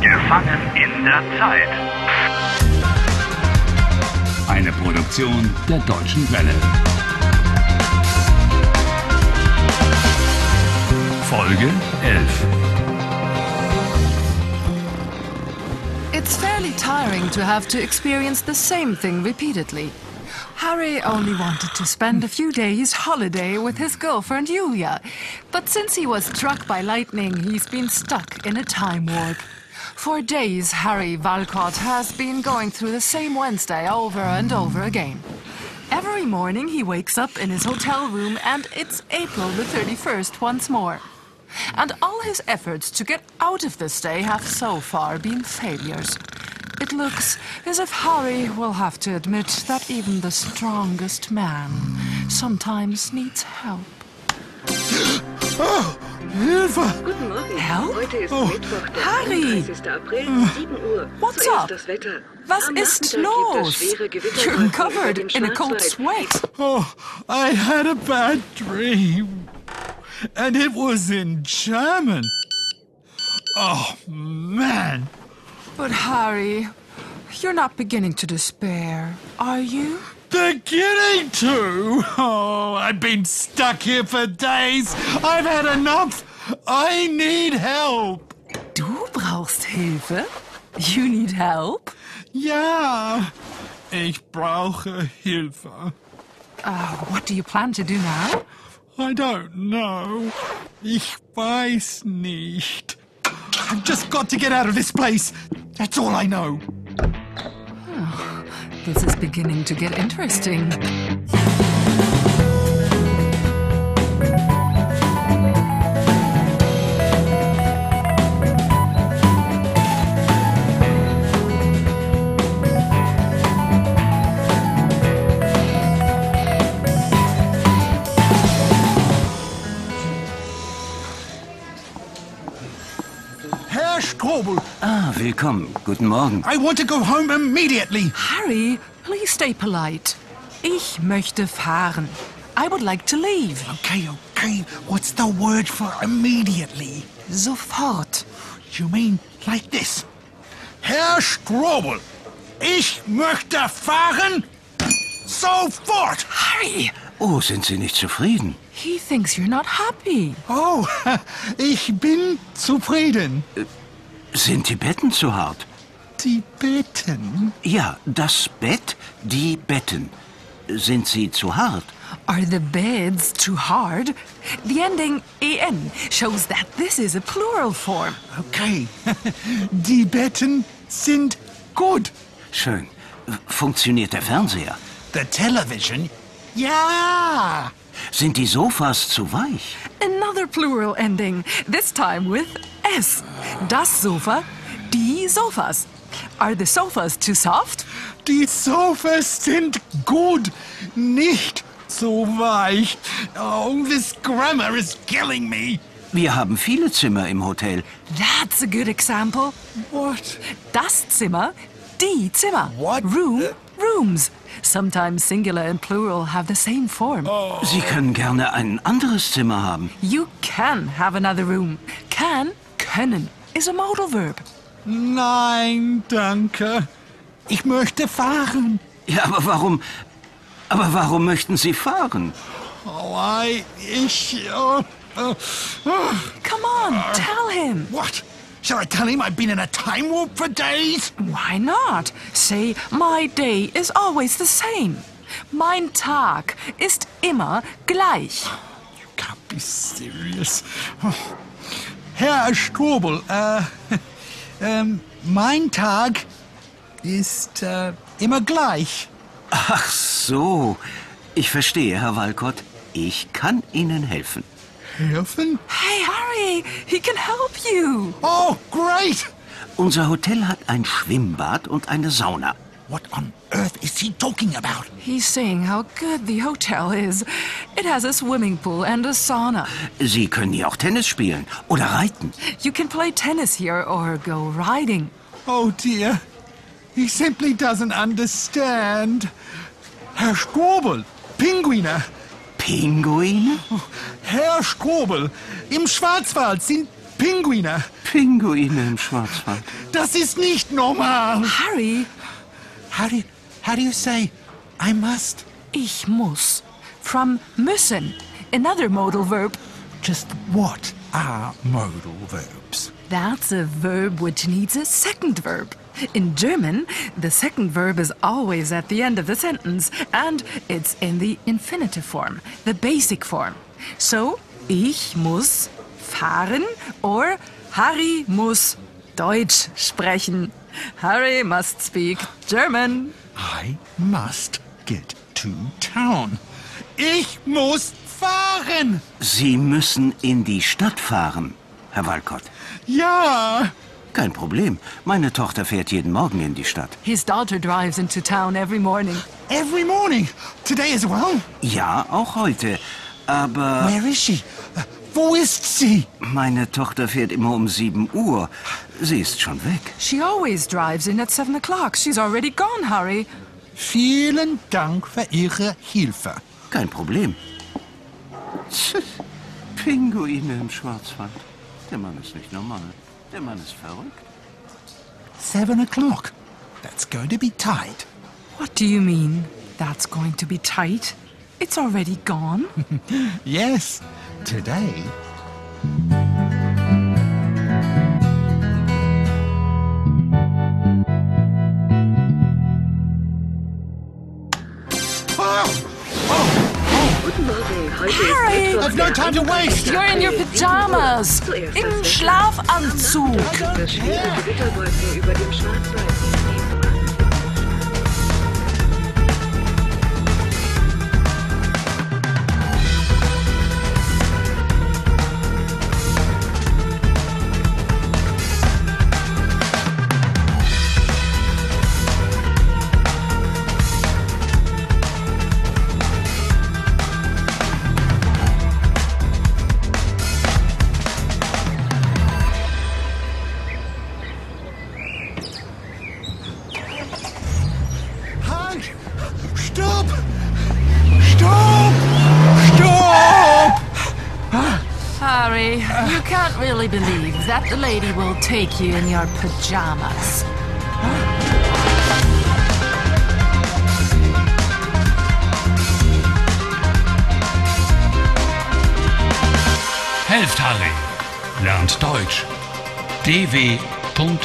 Gefangen in der Zeit. Eine Produktion der Deutschen Welle. Folge 11. It's fairly tiring to have to experience the same thing repeatedly. Harry only wanted to spend a few days holiday with his girlfriend Julia, but since he was struck by lightning, he's been stuck in a time warp. For days, Harry Valcott has been going through the same Wednesday over and over again. Every morning, he wakes up in his hotel room, and it's April the 31st once more. And all his efforts to get out of this day have so far been failures. It looks as if Harry will have to admit that even the strongest man sometimes needs help. Oh, Hilfe! Guten Morgen. Help? Heute ist Mittwoch, Oh, der Harry. Hm. 31. April, 7 Uhr. What's so up? Ist das Wetter. Was Am ist Nachmittag gibt es los? schwere Gewitterwolken You're über covered den in a cold Schwarzwald. sweat. Oh, I had a bad dream. And it was in German. Oh, man. But Harry, you're not beginning to despair, are you? Beginning to. Oh, I've been stuck here for days. I've had enough. I need help. Du brauchst Hilfe? You need help? Ja, ich brauche Hilfe. Uh, what do you plan to do now? I don't know. Ich weiß nicht. I've just got to get out of this place. That's all I know. This is beginning to get interesting. Herr Strobel, Ah, willkommen. Guten Morgen. I want to go home immediately. Harry, please stay polite. Ich möchte fahren. I would like to leave. Okay, okay. What's the word for immediately? Sofort. You mean like this? Herr Strobel, ich möchte fahren sofort. Harry! Oh, sind Sie nicht zufrieden? He thinks you're not happy. Oh, ich bin zufrieden. Sind die Betten zu hart? Die Betten. Ja, das Bett, die Betten. Sind sie zu hart? Are the beds too hard? The ending en shows that this is a plural form. Okay. Die Betten sind gut. Schön. Funktioniert der Fernseher? The television? Ja. Sind die Sofas zu weich? Another plural ending, this time with s. Das Sofa, die Sofas. Are the sofas too soft? Die Sofas sind gut, nicht so weich. Oh, this grammar is killing me. Wir haben viele Zimmer im Hotel. That's a good example. What? Das Zimmer, die Zimmer. What? Room, rooms. Sometimes singular and plural have the same form. Oh. Sie können gerne ein anderes Zimmer haben. You can have another room. Can, können is a modal verb. Nein, danke. Ich möchte fahren. Ja, aber warum? Aber warum möchten Sie fahren? Oh, I, ich, oh, oh, oh. Come on, tell him. What? Shall I tell him I've been in a time warp for days? Why not? Say, my day is always the same. Mein Tag ist immer gleich. You can't be serious. Oh. Herr Strobel, äh, ähm, mein Tag ist äh, immer gleich. Ach so. Ich verstehe, Herr Walcott. Ich kann Ihnen helfen. Helfen? Hey, Harry, he can help you. Oh, great! Unser Hotel hat ein Schwimmbad und eine Sauna. What on earth is he talking about? He's saying how good the hotel is. It has a swimming pool and a sauna. Sie können hier auch Tennis spielen oder reiten. You can play tennis here or go riding. Oh dear. He simply doesn't understand. Herr Strobel, Pinguine. Pinguine? Herr Strobel, im Schwarzwald sind Pinguine. Pinguine im Schwarzwald. Das ist nicht normal. Harry, How do you, how do you say I must? ich muss. From müssen. Another modal verb. Just what are modal verbs? That's a verb which needs a second verb. In German, the second verb is always at the end of the sentence, and it's in the infinitive form, the basic form. So, ich muss fahren or Harry muss Deutsch sprechen. Harry must speak German. I must get to town. Ich muss fahren. Sie müssen in die Stadt fahren, Herr Walcott. Ja. Kein Problem. Meine Tochter fährt jeden Morgen in die Stadt. His daughter drives into town every morning. Every morning. Today as well. Ja, auch heute. Aber Where is she? Uh, Wo ist sie? meine Tochter fährt immer um 7 Uhr. Sie ist schon weg. She always drives in at seven o'clock. She's already gone, Harry. Vielen Dank für Ihre Hilfe. Kein Problem. Tsch, Pinguine im Schwarzwald. Der Mann ist nicht normal. Der Mann ist verrückt. Seven o'clock. That's going to be tight. What do you mean? That's going to be tight. It's already gone. Yes, today. Guten Morgen, heute Harry! ist I've no Mittwoch. time to waste. You're in your pajamas. Im Schlafanzug. Der schwere Gewitterwolken über dem Schwarzwald. Halt! Stopp! Stopp! Stopp! Harry, you can't really believe that the lady will take you in your pajamas. Helft Harry. Lernt Deutsch. dw.com/harry.